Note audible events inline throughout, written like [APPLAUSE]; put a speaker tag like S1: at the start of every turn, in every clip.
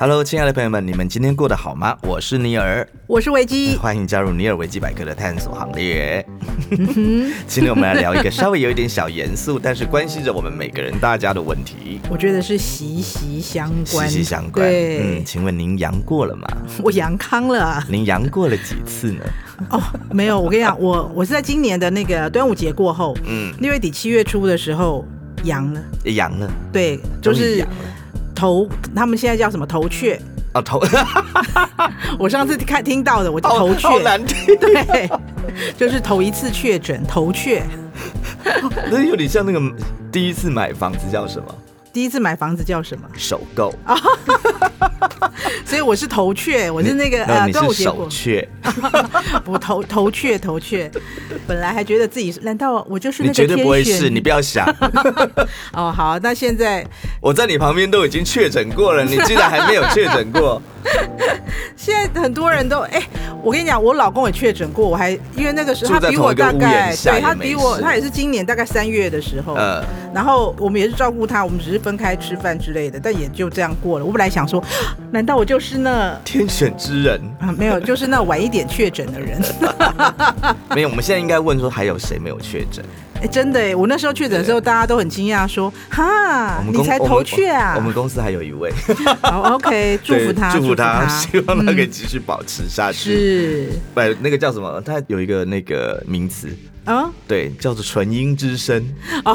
S1: Hello，亲爱的朋友们，你们今天过得好吗？我是尼尔，
S2: 我是维基，
S1: 欢迎加入尼尔维基百科的探索行列。
S2: 嗯
S1: 今天我们来聊一个稍微有一点小严肃，但是关系着我们每个人大家的问题，
S2: 我觉得是息息相
S1: 息
S2: 关，
S1: 息相关。
S2: 对，
S1: 嗯，请问您阳过了吗？
S2: 我阳康
S1: [LAUGHS]
S2: 了啊、
S1: 您阳过了几次呢？
S2: 哦，没有，我跟你讲，我我是在今年的那个端午节过后，
S1: 嗯，
S2: 六月底七月初的时候阳了，
S1: 阳了，
S2: 对，
S1: 终
S2: 就
S1: 于
S2: 是
S1: 阳了
S2: 头，他们现在叫什么头雀？
S1: 哦头，
S2: 我上次看听到的，我叫
S1: 好
S2: [LAUGHS] 头
S1: 好
S2: 雀，
S1: 难听，
S2: 对，就是头一次确诊头雀，
S1: 那有点像那个第一次买房子叫什么？
S2: 第一次买房子叫什么？
S1: 首购，
S2: 所以我是头雀，哦我是那个
S1: 那
S2: 呃
S1: 你
S2: 端午
S1: 是
S2: 节过
S1: 首。雀，
S2: [LAUGHS] 我头头雀头雀，本来还觉得自己是，难道我就是那
S1: 你
S2: 个
S1: 绝对不会
S2: 天选
S1: 是，你不要想，
S2: 哦，好，那现在
S1: 我在你旁边都已经确诊过了，你竟然还没有确诊
S2: [LAUGHS]
S1: 过，
S2: 现在很多人都哎、我跟你讲，我老公也确诊过，我还因为那个时
S1: 住
S2: 候他
S1: 在
S2: 比
S1: 同
S2: 我
S1: 一个
S2: 大
S1: 屋
S2: 概
S1: 檐，下
S2: 对
S1: 也
S2: 他
S1: 没
S2: 比我
S1: 事
S2: 他也是今年大概三月的时候，
S1: 呃，
S2: 然后我们也是照顾他，我们只是分开吃饭之类的，但也就这样过了。我本来想说，啊难道我就是那？
S1: 天选之人。
S2: 啊，没有，就是那晚一点确诊的人。 [LAUGHS]
S1: 没有，我们现在应该问说还有谁没有确诊？
S2: 哎、真的哎，我那时候确诊的时候，大家都很惊讶，说：“哈
S1: 我，们
S2: 你
S1: 公
S2: 才
S1: 我们
S2: 头雀啊
S1: 我们公司还有一位，
S2: 好！”OK，祝福他，
S1: 对祝福他，
S2: 他，嗯
S1: 希望他可以继续保持下去。
S2: 是
S1: 不，那个叫什么？他有一个那个名词，
S2: 啊，
S1: 对，叫做纯阴之声。 [LAUGHS]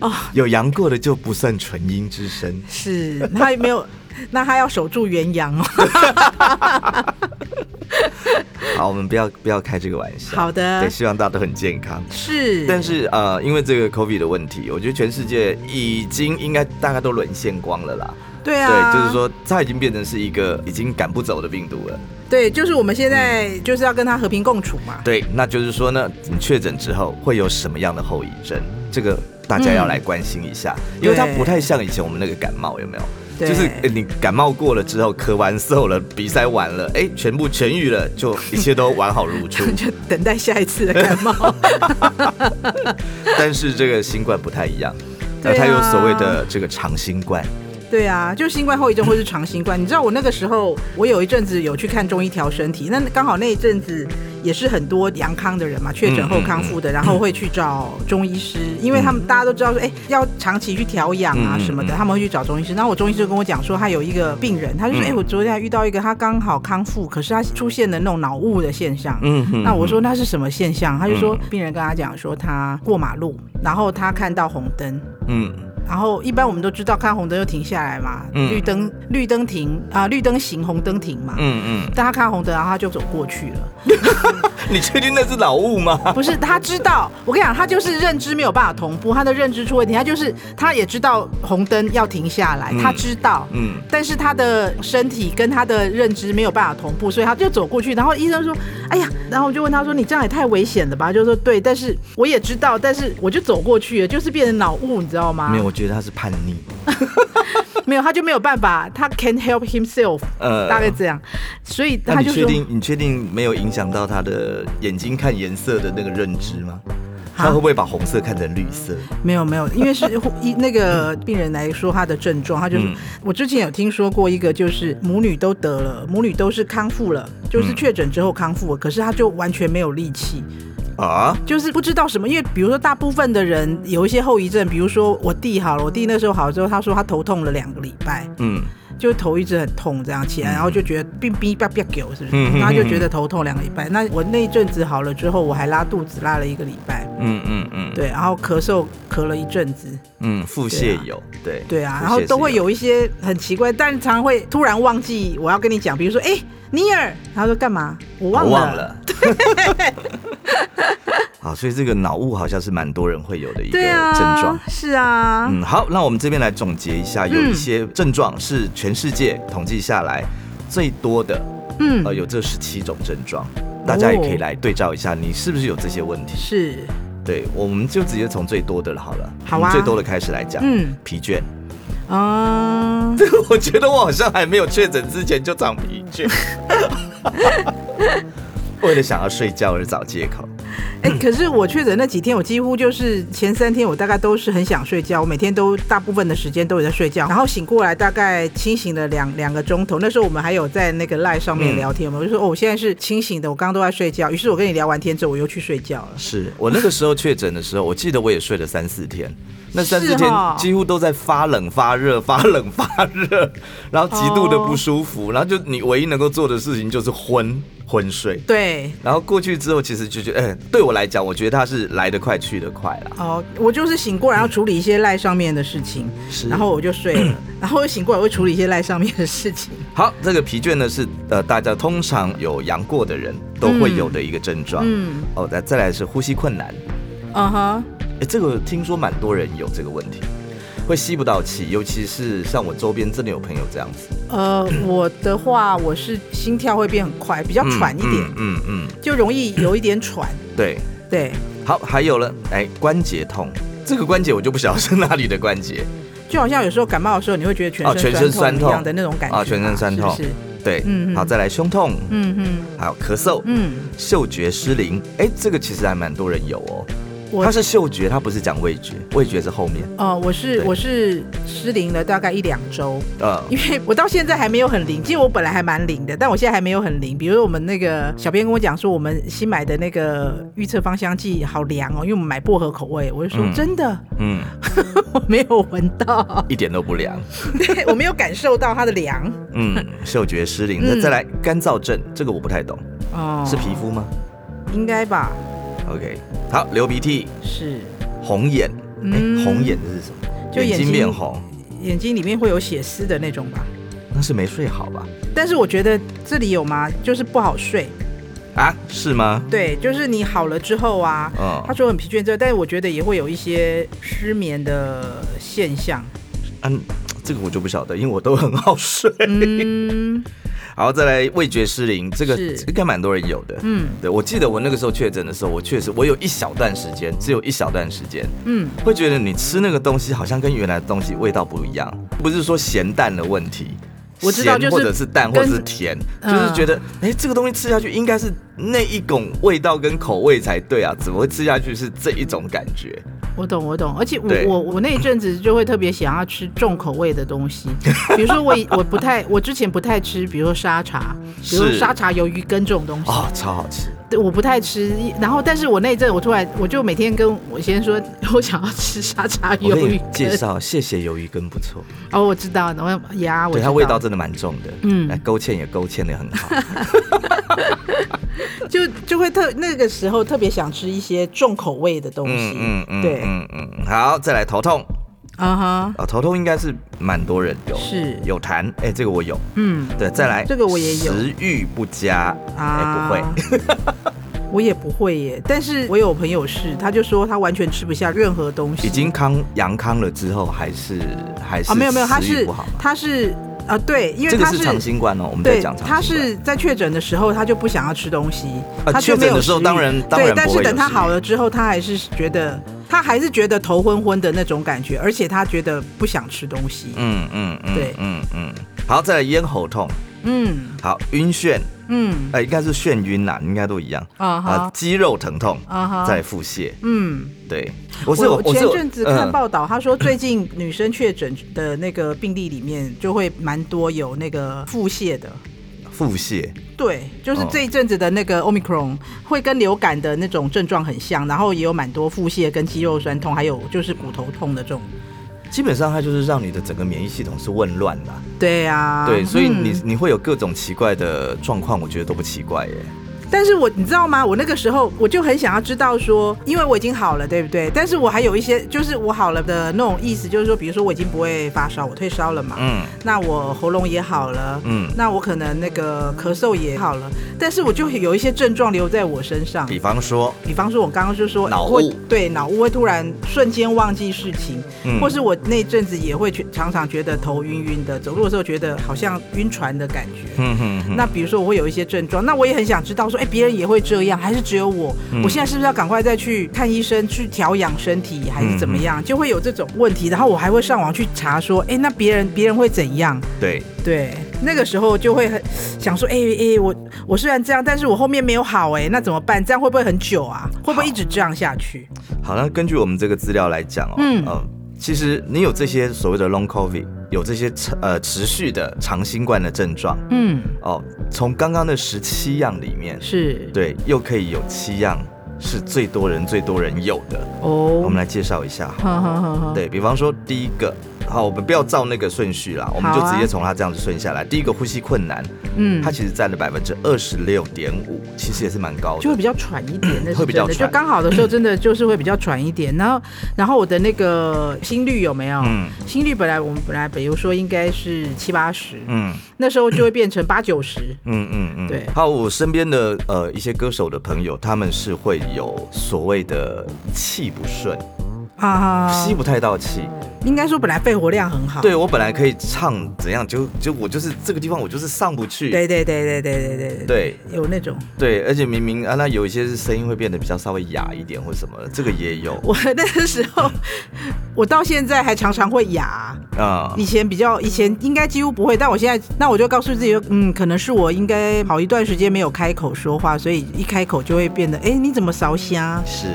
S1: 哦，有阳过的就不算纯阴之声。
S2: 是他也没有，那他要守住元阳哦。
S1: 好，我们不要不要开这个玩笑。
S2: 好的
S1: 对，希望大家都很健康。
S2: 是，
S1: 但是呃，因为这个 COVID 的问题，我觉得全世界已经应该大概都沦陷光了啦。
S2: 对啊，
S1: 对，就是，说它已经变成是一个已经赶不走的病毒了。
S2: 对，就是我们现在
S1: 嗯
S2: 就是要跟他和平共处嘛。
S1: 对，那就是说呢，你确诊之后会有什么样的后遗症？这个大家要来关心一下，因为它
S2: 对
S1: 不太像以前我们那个感冒，有没有？
S2: 嗯对
S1: 就是呃你感冒过了之后，咳完嗽了，鼻塞完了，哎，全部痊愈了，就一切都完好如
S2: [LAUGHS]
S1: 初。
S2: 就等待下一次的感冒，
S1: 但是这个新冠不太一样，
S2: 啊对啊
S1: 它有所谓的这个长新冠，
S2: 对啊，就新冠后遗症或是长新冠。你知道我那个时候，我有一阵子有去看中医调身体，那刚好那一阵子也是很多阳康的人嘛，确诊后康复的，然后会去找中医师，因为他们大家都知道说，哎、要长期去调养啊
S1: 嗯嗯
S2: 什么的，
S1: 嗯
S2: 他们会去找中医师。然后我中医师就跟我讲说，他有一个病人，他就说，
S1: 嗯
S2: 哎、我昨天还遇到一个，他刚好康复，可是他出现了那种脑雾的现象，
S1: 嗯哼
S2: 那我说那是什么现象？他就说病人跟他讲说他过马路，然后他看到红灯，
S1: 嗯，
S2: 然后一般我们都知道看红灯就停下来嘛，
S1: 嗯
S2: 绿灯绿灯停啊、绿灯行，红灯停嘛。
S1: 嗯嗯，
S2: 但他看红灯，然后他就走过去了。
S1: 你确定那是脑雾吗？ [LAUGHS]
S2: 不是他知道，我跟你讲，他就是认知没有办法同步，他的认知出问题。他就是他也知道红灯要停下来，
S1: 嗯
S2: 他知道，
S1: 嗯，
S2: 但是他的身体跟他的认知没有办法同步，所以他就走过去。然后医生说：“哎呀！”然后我就问他说：“你这样也太危险了吧？”就说：“对，但是我也知道，但是我就走过去了，就是变成脑雾，你知道吗？
S1: 没有，，我觉得他是叛逆。
S2: 没有，他就没有办法，他 can help himself，
S1: 呃
S2: 大概这样。所以
S1: 那
S2: 他
S1: 你
S2: 就
S1: 确
S2: 说
S1: 定你确定没有影响到他的眼睛看颜色的那个认知吗？他会不会把红色看成绿色？
S2: 没有没有，因为是一那个病人来说他的症状，他就是、
S1: 嗯
S2: 我之前有听说过一个，就是母女都得了，母女都是康复了，就是
S1: 嗯
S2: 确诊之后康复了，可是他就完全没有力气，
S1: 啊？
S2: 就是不知道什么，因为比如说大部分的人有一些后遗症，比如说我弟好了，我弟那时候好了之后，他说他头痛了两个礼拜，
S1: 嗯，
S2: 就头一直很痛这样起来，然后就觉得病逼吧吧给我是不
S1: 嗯
S2: 是？
S1: 嗯嗯
S2: 然后就觉得头痛两个礼拜。那我那一阵子好了之后，我还拉肚子拉了一个礼拜，
S1: 嗯嗯嗯，
S2: 对，然后咳嗽咳了一阵子，
S1: 嗯，腹泻有，对
S2: 对啊，
S1: 腹泻
S2: 然后
S1: 是
S2: 都会有一些很奇怪，但常常会突然忘记我要跟你讲，比如说哎、尼尔，然后说干嘛？我忘
S1: 我
S2: 了，
S1: 忘了。 [LAUGHS] 好，所以这个脑雾好像是蛮多人会有的一个
S2: 对啊，
S1: 症状。
S2: 是啊，
S1: 嗯，好，那我们这边来总结一下，有一
S2: 嗯
S1: 些症状是全世界统计下来最多的，
S2: 嗯，
S1: 呃，有这十七种症状，大家也可以
S2: 哦
S1: 来对照一下，你是不是有这些问题？
S2: 是，
S1: 对，我们就直接从最多的了好了，
S2: 好啊
S1: 我们最多的开始来讲。
S2: 嗯
S1: 疲倦， [LAUGHS]
S2: 啊、
S1: 这个我觉得我好像还没有确诊之前就 [LAUGHS] 长疲倦，为了想要睡觉而找借口。
S2: 哎、可是我确诊那几天，我几乎就是前三天，我大概都是很想睡觉，我每天都大部分的时间都有在睡觉，然后醒过来大概清醒了两两个钟头。那时候我们还有在那个赖上
S1: 嗯
S2: 面聊天嘛，我就说哦，我现在是清醒的，我刚刚都在睡觉。于是我跟你聊完天之后，我又去睡觉了。
S1: 是我那个时候确诊的时候，我记得我也睡了三四天，那三四
S2: 是
S1: 天
S2: 哦
S1: 几乎都在发冷发热、发冷发热，然后极度的不舒
S2: 哦
S1: 服，然后就你唯一能够做的事情就是昏昏睡。
S2: 对，
S1: 然后过去之后，其实就觉得，哎、对我来讲，我觉得它是来得快去得快啦。
S2: 哦，我就是醒过来要处理一些赖上面的事情，
S1: 是
S2: 然后我就睡
S1: [CLEARS THROAT]
S2: 了，然后我醒过来会处理一些赖上面的事情。
S1: 好，这个疲倦呢是呃，大家通常有阳过的人都会有的一个症状。
S2: 嗯，
S1: 哦，再再来是呼吸困难，
S2: 嗯哼，
S1: 哎，这个听说蛮多人有这个问题，会吸不到气，尤其是像我周边真的有朋友这样子，
S2: 呃，我的话我是心跳会变很快，比较喘一点，
S1: 嗯嗯嗯
S2: 就容易有一点喘。
S1: 嗯对。
S2: 对，
S1: 好，还有了，哎，关节痛，这个关节我就不晓得是哪里的关节，
S2: 就好像有时候感冒的时候，你会觉得全
S1: 哦全身
S2: 身
S1: 酸
S2: 酸
S1: 痛
S2: 痛一样的那种感觉
S1: 啊全身
S2: 嘛
S1: 酸痛
S2: 是不是？
S1: 对，
S2: 嗯嗯
S1: 好，再来胸痛，
S2: 嗯嗯
S1: 还有咳嗽，
S2: 嗯，
S1: 嗅觉失灵，哎，这个其实还蛮多人有哦，
S2: 我
S1: 它是嗅觉，它不是讲味觉，味觉是后面，
S2: 哦，我是
S1: 对
S2: 我是失灵了大概一两周，
S1: 呃，
S2: 因为我到现在还没有很灵，其实我本来还蛮灵的，但我现在还没有很灵。比如说我们那个小编跟我讲说，我们新买的那个预测芳香剂好凉哦，因为我们买薄荷口味，我就说、
S1: 嗯
S2: 真的 [LAUGHS]
S1: 嗯，
S2: 我没有闻到， [LAUGHS]
S1: 一点都不凉，
S2: 对我没有感受到它的凉
S1: 嗯，嗅觉失灵，
S2: 嗯
S1: 那再来干燥症，这个我不太懂，
S2: 哦，
S1: 是皮肤吗
S2: 应该吧？
S1: ？OK，好，流鼻涕，
S2: 是
S1: 红眼，哎，
S2: 嗯
S1: 红眼这是什么？
S2: 就眼
S1: 睛
S2: 睛
S1: 变红，
S2: 眼睛里面会有血丝的那种吧？
S1: 那是没睡好吧？
S2: 但是我觉得这里有吗？就是不好睡，
S1: 啊，是吗？
S2: 对，就是你好了之后啊，
S1: 嗯
S2: 他说很疲倦之后，但是我觉得也会有一些失眠的现
S1: [LAUGHS]
S2: 象。
S1: 嗯，这个我就不晓得，因为我都很好睡。
S2: 嗯
S1: [LAUGHS] 好，再来味觉失灵，这个
S2: 是
S1: 应该蛮多人有的。
S2: 嗯
S1: 对，我记得我那个时候确诊的时候，我确实我有一小段时间，只有一小段时间，
S2: 嗯，
S1: 会觉得你吃那个东西好像跟原来的东西味道不一样，不是说咸淡的问题。
S2: 我知道
S1: 咸
S2: 就是
S1: 或者是淡，或
S2: 跟
S1: 者是甜，就
S2: 嗯
S1: 是觉得，哎、这个东西吃下去应该是那一种味道跟口味才对啊，怎么会吃下去是这一种感觉？
S2: 我懂我懂，而且我
S1: 对
S2: 我我那一阵子就会特别想要吃重口味的
S1: [LAUGHS]
S2: 东西，比如说我以我不太我之前不太吃，比如说沙茶，比如说
S1: 是
S2: 沙茶鱿鱼羹这种东西，
S1: 哦，超好吃，
S2: 对我不太吃。然后但是我那一阵我突然我就每天跟我先生说， [LAUGHS] 我想要吃沙茶
S1: 我
S2: 鱿
S1: 给
S2: 鱼
S1: 你介
S2: 羹。
S1: 绍，谢谢鱿鱼羹不错，
S2: 哦，我知道，我呀，呃我
S1: 对
S2: 知
S1: 它味道真的蛮重的，
S2: 嗯
S1: 来勾芡也勾芡的
S2: [LAUGHS]
S1: 很好，
S2: 就就会特那个时候特别想吃一些重口味的东西，
S1: 嗯嗯嗯，
S2: 对，
S1: 嗯嗯，好，再来头痛
S2: 啊哈，
S1: 啊，头痛应该是蛮多人有，
S2: 是
S1: 有痰，哎、这个我有，
S2: 嗯
S1: 对，再来
S2: 这个我也有啊
S1: 食欲不佳，哎、不
S2: [LAUGHS]
S1: 会，
S2: 不会，我也不会耶。但是我有朋友是，他就说他完全吃不下任何东西，
S1: 已经康阳康了之后还是还是
S2: 啊没有没有，他
S1: 食欲
S2: 是
S1: 不好嘛，
S2: 他是啊对，因为
S1: 这个
S2: 他
S1: 是长新冠哦，我们在
S2: 对
S1: 讲，长新冠，
S2: 他是在确诊的时候，他就不想要吃东西，
S1: 啊
S2: 他就
S1: 确
S2: 没
S1: 诊
S2: 有
S1: 的时候
S2: 食欲
S1: 当然当然
S2: 对，但
S1: 不会
S2: 是
S1: 有
S2: 等他
S1: 食欲
S2: 好了之后，他还是觉得他还是觉得头昏昏的那种感觉，而且他觉得不想吃东西，
S1: 嗯嗯嗯，
S2: 对
S1: 嗯嗯，好，再来咽喉痛，
S2: 嗯
S1: 好晕眩，
S2: 嗯
S1: 哎、应该是眩晕啦，应该都一样
S2: 啊
S1: 啊、
S2: 哈
S1: 肌肉疼痛，
S2: 啊哈，
S1: 再来腹泻，
S2: 嗯。
S1: 对，我是有
S2: 我
S1: 我是
S2: 前
S1: 有
S2: 阵子
S1: 嗯
S2: 看报道，他说最近女生确诊的那个病例里面，就会蛮多有那个腹泻的。
S1: 腹泻，哦
S2: 对，就是这一阵子的那个 Omicron 会跟流感的那种症状很像，然后也有蛮多腹泻、跟肌肉酸痛，还有就是骨头痛的这种。
S1: 基本上它就是让你的整个免疫系统是紊乱的啊、
S2: 对啊，
S1: 对，所以
S2: 嗯
S1: 你、你会有各种奇怪的状况，我觉得都不奇怪耶。
S2: 但是我你知道吗？我那个时候我就很想要知道说，因为我已经好了，对不对？但是我还有一些就是我好了的那种意思，就是说，比如说我已经不会发烧，我退烧了嘛，
S1: 嗯
S2: 那我喉咙也好了，
S1: 嗯，
S2: 那我可能那个咳嗽也好了，但是我就有一些症状留在我身上，
S1: 比方说，
S2: 比方说我刚刚就说
S1: 脑雾
S2: 会对脑雾会突然瞬间忘记事情，
S1: 嗯
S2: 或是我那阵子也会觉常常觉得头晕晕的，走路的时候觉得好像晕船的感觉。
S1: 哼哼哼，
S2: 那比如说我会有一些症状，那我也很想知道说，哎，别人也会这样，还是只有我？
S1: 嗯
S2: 我现在是不是要赶快再去看医生，去调养身体，还是怎
S1: 嗯
S2: 么样？就会有这种问题，然后我还会上网去查说，哎，那别人别人会怎样？
S1: 对，
S2: 对，那个时候就会很想说，哎、哎、我我虽然这样，但是我后面没有好哎、那怎么办？这样会不会很久啊？会不会一直这样下去？
S1: 好，那根据我们这个资料来讲哦，
S2: 嗯
S1: 嗯、其实你有这些所谓的 long covid，有这些持呃持续的长新冠的症状
S2: 嗯，
S1: 哦，从刚刚的十七样里面，
S2: 是
S1: 对，又可以有七样是最多人最多人有的，我
S2: 哦
S1: 们，来介绍一下。
S2: 好好好好，
S1: 对比方说，第一个，好，我们不要照那个顺序啦，我们就
S2: 好啊
S1: 直接从它这样子顺下来。第一个呼吸困难，
S2: 嗯
S1: 它，其实占了百分之二十六点五，其实也是蛮高
S2: 就
S1: 的
S2: 会。比较喘一点，那是
S1: 会比较
S2: 真的。就
S1: 喘
S2: 刚好的时候，真的就是会比较喘一点。然后，然后我的那个心率有没有？
S1: 嗯
S2: 心率本来我们本来比如说应该是七八十，
S1: 嗯
S2: 那时候就会变成八九十。
S1: 嗯嗯嗯，
S2: 对
S1: 还有我身边的呃一些歌手的朋友，他们是会有所谓的气不顺，
S2: 啊，
S1: 吸不太到气。
S2: 应该说本来肺活量很好。
S1: 对我本来可以唱怎样，就就我就是这个地方我就是上不去。
S2: 对对对对对对对
S1: 对
S2: 对，有那种。
S1: 对，而且明明啊，那有一些是声音会变得比较稍微哑一点或什么的，这个也有
S2: 我 [LAUGHS] 那个时候，我到现在还常常会哑。
S1: 啊。
S2: 以前比较，以前应该几乎不会，但我现在，那我就告诉自己，嗯，可能是我应该好一段时间没有开口说话，所以一开口就会变得，哎、你怎么烧瞎？
S1: 是。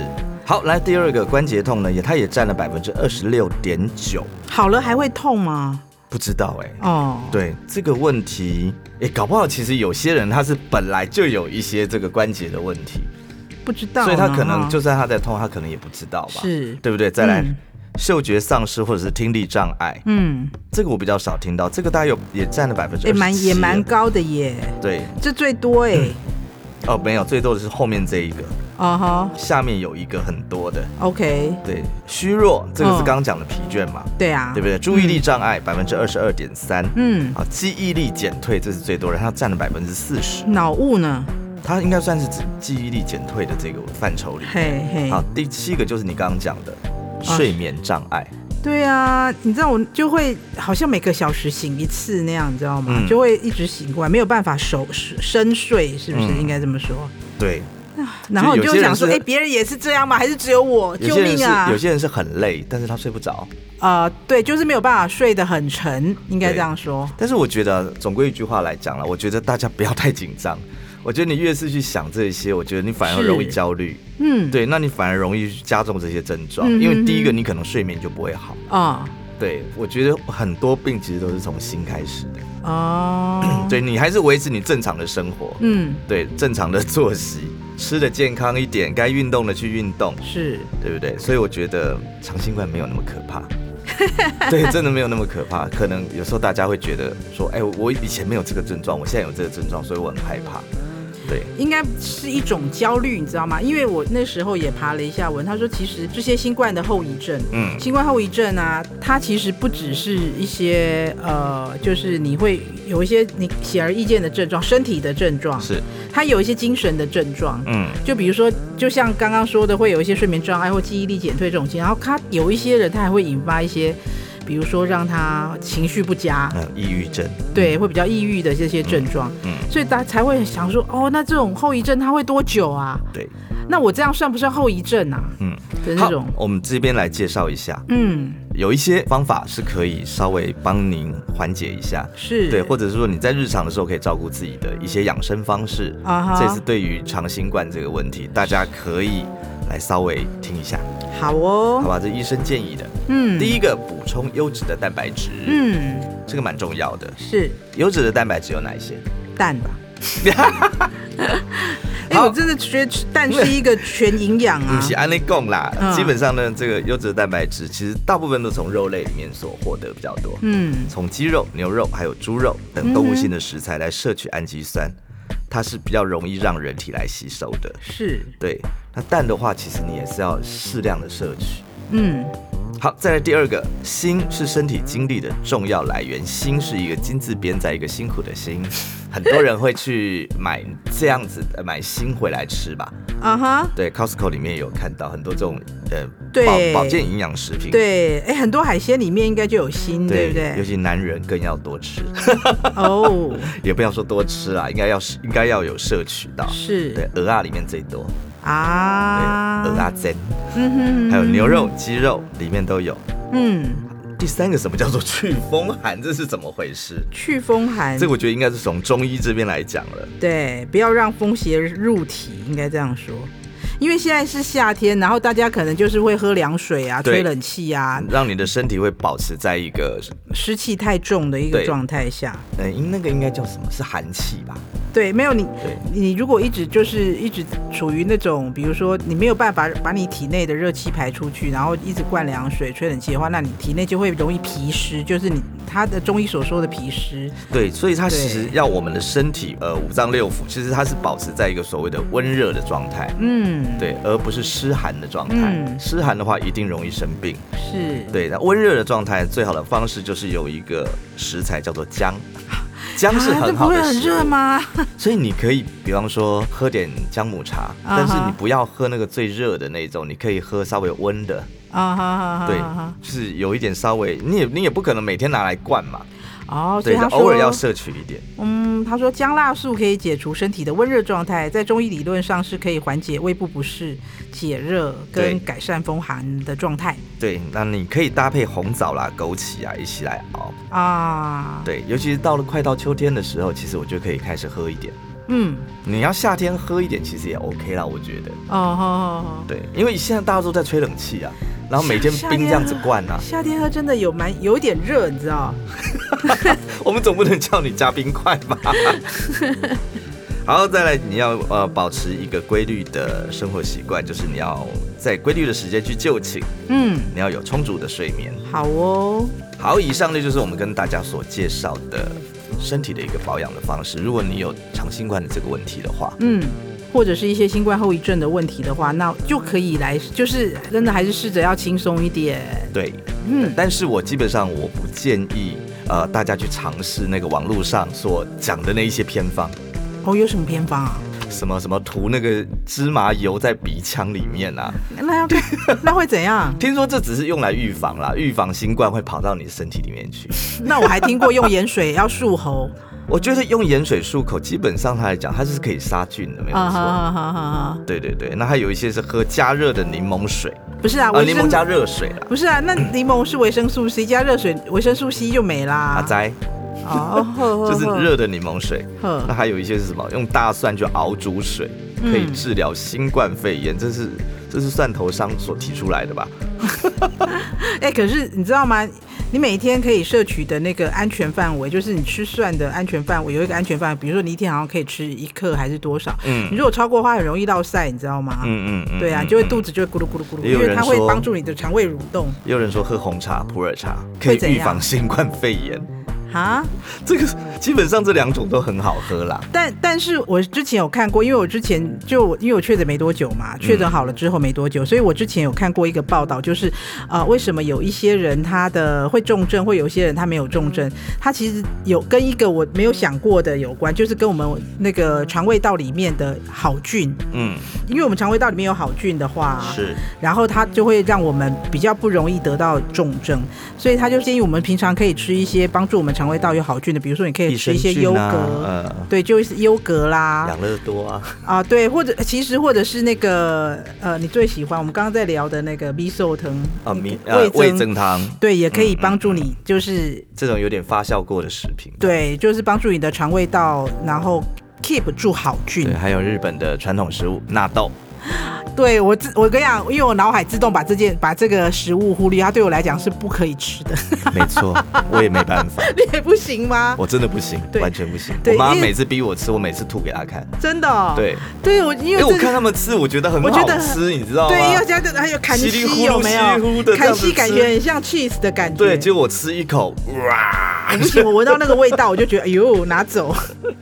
S1: 好，来第二个关节痛呢，也它也占了百分之二十六点九，
S2: 好了还会痛吗？
S1: 不知道哎、
S2: 哦，
S1: 对这个问题，哎、搞不好其实有些人他是本来就有一些这个关节的问题，
S2: 不知道呢，
S1: 所以他可能
S2: 哈
S1: 就算他在痛，他可能也不知道吧，
S2: 是
S1: 对不对？再来，
S2: 嗯
S1: 嗅觉丧失或者是听力障碍，
S2: 嗯，
S1: 这个我比较少听到，这个大概有也占了百分之
S2: 也蛮也蛮高的耶，
S1: 啊对
S2: 这最多哎，
S1: 哦，没有，最多的是后面这一个，
S2: 哦哈
S1: 下面有一个很多的，
S2: ，OK，
S1: 对，虚弱，这个是
S2: 嗯
S1: 刚刚讲的疲倦嘛，
S2: 对啊，
S1: 对不对？注意力障碍百分之二十二点三，
S2: 嗯，
S1: 好，记忆力减退这是最多的，它占了百分之四十，
S2: 嗯脑雾呢？
S1: 它应该算是指记忆力减退的这个范畴里。
S2: 嘿嘿，啊
S1: 好，第七个就是你刚刚讲的睡眠障碍，
S2: 对啊，你知道我就会好像每个小时醒一次那样，你知道吗？
S1: 嗯
S2: 就会一直醒过来，没有办法熟深睡，是不是、
S1: 嗯
S2: 应该这么说？
S1: 对，
S2: 然后你
S1: 有
S2: 就
S1: 些人
S2: 想说，
S1: 是
S2: 哎、别人也是这样吗？还是只有我？
S1: 有
S2: 救
S1: 些人
S2: 命
S1: 是
S2: 啊
S1: 有！些人是很累，但是他睡不着。
S2: 呃，对，就是没有办法睡得很沉，应该这样说。
S1: 但是我觉得，总归一句话来讲了，我觉得大家不要太紧张。我觉得你越是去想这些，我觉得你反而
S2: 是
S1: 容易焦虑，
S2: 嗯，
S1: 对，那你反而容易去加重这些症状，
S2: 嗯
S1: 因
S2: 嗯
S1: 为
S2: 嗯
S1: 第一个你可能睡眠就不会好。
S2: 啊、
S1: 对，我觉得很多病其实都是从心开始的。 [CLEARS THROAT]
S2: 哦，
S1: 对你还是维持你正常的生活，
S2: 嗯，
S1: 对正常的作息，吃的健康一点，该运动的去运动，
S2: 是
S1: 对不对？所以我觉得长新冠没有那么可怕，对，真的没有那么可怕。可能有时候大家会觉得说，哎，我以前没有这个症状，我现在有这个症状，所以我很害怕。对，
S2: 应该是一种焦虑，你知道吗？因为我那时候也爬了一下文，他说其实这些新冠的后遗症，
S1: 嗯
S2: 新冠后遗症啊，它其实不只是一些呃，就是你会有一些你显而易见的症状，身体的症状，
S1: 是，
S2: 它有一些精神的症状。
S1: 嗯，
S2: 就比如说，就像刚刚说的，会有一些睡眠障碍或记忆力减退这种情况，然后它有一些人，他还会引发一些，比如说让他情绪不佳，
S1: 嗯，抑郁症，
S2: 对，会比较抑郁的这些症状，
S1: 嗯
S2: 所以大家才会想说，哦，那这种后遗症它会多久啊？
S1: 对，
S2: 那我这样算不算后遗症啊？
S1: 嗯，
S2: 的那
S1: 好
S2: 种，，
S1: 我们这边来介绍一下，
S2: 嗯，
S1: 有一些方法是可以稍微帮您缓解一下。
S2: 是，
S1: 对，或者是说你在日常的时候可以照顾自己的一些养生方式，
S2: 啊哈
S1: 这也是对于长新冠这个问题，大家可以来稍微听一下，
S2: 好哦，
S1: 好吧？这医生建议的。
S2: 嗯，
S1: 第一个，补充优质的蛋白质，
S2: 嗯，
S1: 这个蛮重要的。
S2: 是
S1: 优质的蛋白质有哪一些？
S2: 蛋
S1: [LAUGHS]
S2: 吧。哎、
S1: 好
S2: 我真的觉得吃蛋是一个全营养啊
S1: 不。是安利贡啦，
S2: 嗯
S1: 基本上呢，这个优质的蛋白质其实大部分都从肉类里面所获得比较多，
S2: 嗯，
S1: 从鸡肉、牛肉还有猪肉等动物性的食材来摄取氨基酸，它是比较容易让人体来吸收的。
S2: 是，
S1: 对，那蛋的话，其实你也是要适量的摄取。
S2: 嗯，
S1: 好，再来第二个，锌是身体精力的重要来源。锌是一个金字边在一个辛苦的辛，很多人会去买这样子呃买锌回来吃吧。
S2: 啊哈，
S1: 对，Costco 里面有看到很多这种呃
S2: 对
S1: 保保健营养食品。
S2: 对，哎、很多海鲜里面应该就有锌，对不
S1: 尤
S2: 对？
S1: 其男人更要多吃， [LAUGHS]
S2: 哦，
S1: 也不要说多吃啦，应该要应该要有摄取到。 [LAUGHS] 对
S2: 是，
S1: 鹅啊里面最多，对，
S2: 啊，
S1: 鹅啊煎，
S2: 嗯哼
S1: 还有牛肉、鸡肉里面都有。
S2: 嗯，
S1: 第三个什么叫做祛风寒？这是怎么回事？
S2: 祛风寒，
S1: 这我觉得应该是从中医这边来讲了。
S2: 对，不要让风邪入体，应该这样说。因为现在是夏天，然后大家可能就是会喝凉水啊，
S1: 对
S2: 吹冷气啊，
S1: 让你的身体会保持在一个，
S2: 湿气太重的一个
S1: 对
S2: 状态下。
S1: 嗯，应那个应该叫什么？是寒气吧？
S2: 对，没有你，
S1: 对，
S2: 你如果一直就是一直处于那种，比如说你没有办法把你体内的热气排出去，然后一直灌凉水、吹冷气的话，那你体内就会容易脾湿，就是你他的中医所说的脾湿。
S1: 对，所以它
S2: 对
S1: 其实要我们的身体，呃，五脏六腑，其实它是保持在一个所谓的温热的状态，
S2: 嗯，，
S1: 对，而不是湿寒的状态。
S2: 嗯
S1: 湿寒的话，一定容易生病。
S2: 是，
S1: 对，那温热的状态最好的方式就是有一个食材叫做姜，姜是
S2: 啊，这
S1: 很
S2: 不
S1: 好
S2: 会
S1: 的
S2: 很
S1: 食物
S2: 热，吗？
S1: 所以你可以比方说喝点姜母茶，
S2: 啊
S1: 但
S2: 哈
S1: 是你不要喝那个最热的那种，你可以喝稍微温的，
S2: 啊哈哈哈
S1: 对
S2: 哈哈，
S1: 就是有一点稍微，你也你也不可能每天拿来灌嘛，
S2: 哦，所
S1: 对
S2: 以他，说
S1: 偶尔要摄取一点。
S2: 嗯，他说姜辣素可以解除身体的温热状态，在中医理论上是可以缓解胃部不适、解热
S1: 对
S2: 跟改善风寒的状态
S1: 对，那你可以搭配红枣啦、枸杞啊一起来熬。
S2: 啊。，
S1: 对，尤其是到了快到秋天的时候，其实我就可以开始喝一点。
S2: 嗯，
S1: 你要夏天喝一点，其实也 OK 啦，我觉得。
S2: 哦，好好好。
S1: 对，因为现在大家都在吹冷气啊，然后每天
S2: 夏
S1: 冰这样子灌啊，
S2: 夏天喝真的有蛮有点热，你知道？
S1: [LAUGHS] 我们总不能叫你加冰块吧？好，再来，你要呃保持一个规律的生活习惯，就是你要在规律的时间去就寝，
S2: 嗯，
S1: 你要有充足的睡眠。
S2: 好哦，
S1: 好，以上呢就是我们跟大家所介绍的身体的一个保养的方式。如果你有长新冠的这个问题的话，
S2: 嗯。或者是一些新冠后遗症的问题的话，那就可以来，就是真的还是试着要轻松一点。
S1: 对，
S2: 嗯，
S1: 但是我基本上我不建议呃大家去尝试那个网络上所讲的那一些偏方，
S2: 哦，有什么偏方啊？
S1: 什么什么涂那个芝麻油在鼻腔里面啊，
S2: 那要 [LAUGHS] 那会怎样？
S1: 听说这只是用来预防啦，预防新冠会跑到你身体里面去。
S2: 那我还听过用盐水要漱喉。
S1: 我觉得用盐水漱口，基本上它来讲它是可以杀菌的，没有
S2: 啊
S1: 错。
S2: 哈哈哈哈！
S1: 对对对，那还有一些是喝加热的柠檬水，
S2: 不是啊，
S1: 啊、
S2: 维
S1: 柠
S2: 生
S1: 檬加热水啦。
S2: 不是啊，那柠檬是维生素 C 加热水，维生素 C 就没
S1: 阿
S2: 啦。
S1: 斋
S2: 哦，呵呵
S1: 啊 [LAUGHS] 就是
S2: 呵
S1: 热的柠檬水，那
S2: 呵，
S1: 还有一些是什么？用大蒜去熬煮水，可以
S2: 嗯
S1: 治疗新冠肺炎，这是这是蒜头商所提出来的吧？
S2: 哎、可是你知道吗？你每天可以摄取的那个安全范围，就是你吃蒜的安全范围，有一个安全范围，比如说你一天好像可以吃一克还是多少？
S1: 嗯
S2: 你如果超过的话，很容易落晒，你知道吗？
S1: 嗯嗯嗯，
S2: 对啊，
S1: 嗯
S2: 你就会肚子就会咕噜咕噜咕噜，
S1: 也有
S2: 因为
S1: 人
S2: 它会
S1: 说
S2: 帮助你的肠胃蠕动
S1: 也有人说喝红茶、普洱茶可以
S2: 会怎
S1: 预
S2: 样
S1: 防新冠肺炎，
S2: 啊。
S1: 这个基本上这两种都很好喝啦。
S2: 但但是我之前有看过，因为我之前就因为我确诊没多久
S1: 嗯
S2: 嘛，确诊好了之后没多久，所以我之前有看过一个报道，就是呃，为什么有一些人他的会重症，会有一些人他没有重症，他其实有跟一个我没有想过的有关，就是跟我们那个肠胃道里面的好菌，
S1: 嗯，
S2: 因为我们肠胃道里面有好菌的话，
S1: 是
S2: 然后它就会让我们比较不容易得到重症，所以他就建议我们平常可以吃一些帮助我们肠胃道有好菌的，比如说你可以
S1: 益
S2: 吃
S1: 生
S2: 一些
S1: 菌
S2: 优格。
S1: 啊，呃，
S2: 对，就是优格啦，
S1: 养乐多啊，
S2: [LAUGHS] 啊，对，或者其实或者是那个呃，你最喜欢我们刚刚在聊的那个 B 寿藤
S1: 啊
S2: 那个
S1: 米呃味
S2: 味
S1: 增汤
S2: 对，也可以帮助你，就是
S1: 这种有点发酵过的食品。
S2: 对，就是帮助你的肠胃道，然后 keep 住好菌
S1: 对，。还有日本的传统食物纳
S2: [LAUGHS]
S1: 豆，
S2: 对我自我跟你讲，因为我脑海自动把这件把这个食物忽略，它对我来讲是不可以吃的， [LAUGHS]
S1: 没错，我也没办法。
S2: 你也不行吗？
S1: 我真的不行，
S2: 对
S1: 完全不行。我
S2: 对
S1: 妈
S2: 因为
S1: 每次逼我吃，我每次吐给她看。
S2: 真的、哦，，
S1: 对，
S2: 对我因
S1: 因
S2: 为
S1: 为我
S2: 这
S1: 看他们吃，我觉得很
S2: 我觉
S1: 好
S2: 得
S1: 吃，你知道吗？
S2: 对，要加这还有砍
S1: 稀里糊
S2: 西
S1: 涂
S2: 有没
S1: 稀里糊涂
S2: 有
S1: 的？这样
S2: 砍
S1: 子
S2: 西感
S1: 吃
S2: 觉很像 cheese 的感觉，
S1: 对，结果我吃一口，哇！
S2: 哎不行，我闻到那个味道，我就觉得哎呦，拿走，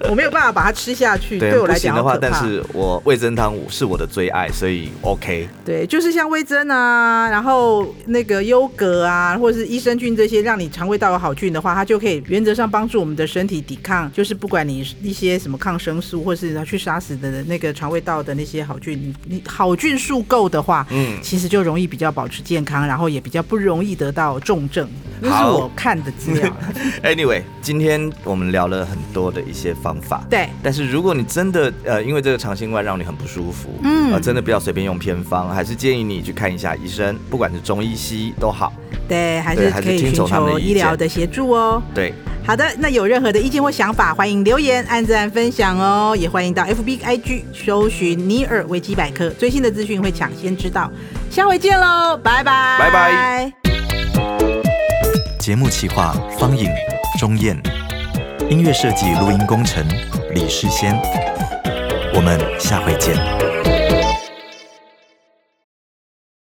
S2: 我没有办法把它吃下去。对我
S1: 不
S2: 来
S1: 行
S2: 讲
S1: 的
S2: 好
S1: 话，
S2: 可怕。
S1: 但是我味噌汤是我的最爱，所以 OK。
S2: 对，就是像味增啊，然后那个优格啊，或者是益生菌这些，让你肠胃道有好菌的话，它就可以原则上帮助我们的身体抵抗，就是不管你一些什么抗生素，或是去杀死的那个肠胃道的那些好菌，你你好菌数够的话，
S1: 嗯
S2: 其实就容易比较保持健康，然后也比较不容易得到重症。这是
S1: 好
S2: 我看的资
S1: [LAUGHS]
S2: 料。
S1: Anyway，今天我们聊了很多的一些方法。
S2: 对
S1: 但是如果你真的呃，因为这个长新冠让你很不舒服，
S2: 嗯
S1: 呃，真的不要随便用偏方，还是建议你去看一下医生，不管是中医、西医都好。
S2: 对，还
S1: 对
S2: 是
S1: 还是
S2: 可以
S1: 听
S2: 寻
S1: 从他们的
S2: 求
S1: 意
S2: 医疗
S1: 见
S2: 的协助哦。
S1: 对，
S2: 好的，那有任何的意见或想法，欢迎留言、按赞、分享哦。也欢迎到 FB、IG 搜寻尼尔维基百科，最新的资讯会抢先知道。下回见喽，拜拜，
S1: 拜拜。
S3: 节目企划方颖、钟燕，音乐设计、录音工程李世先。我们下回见。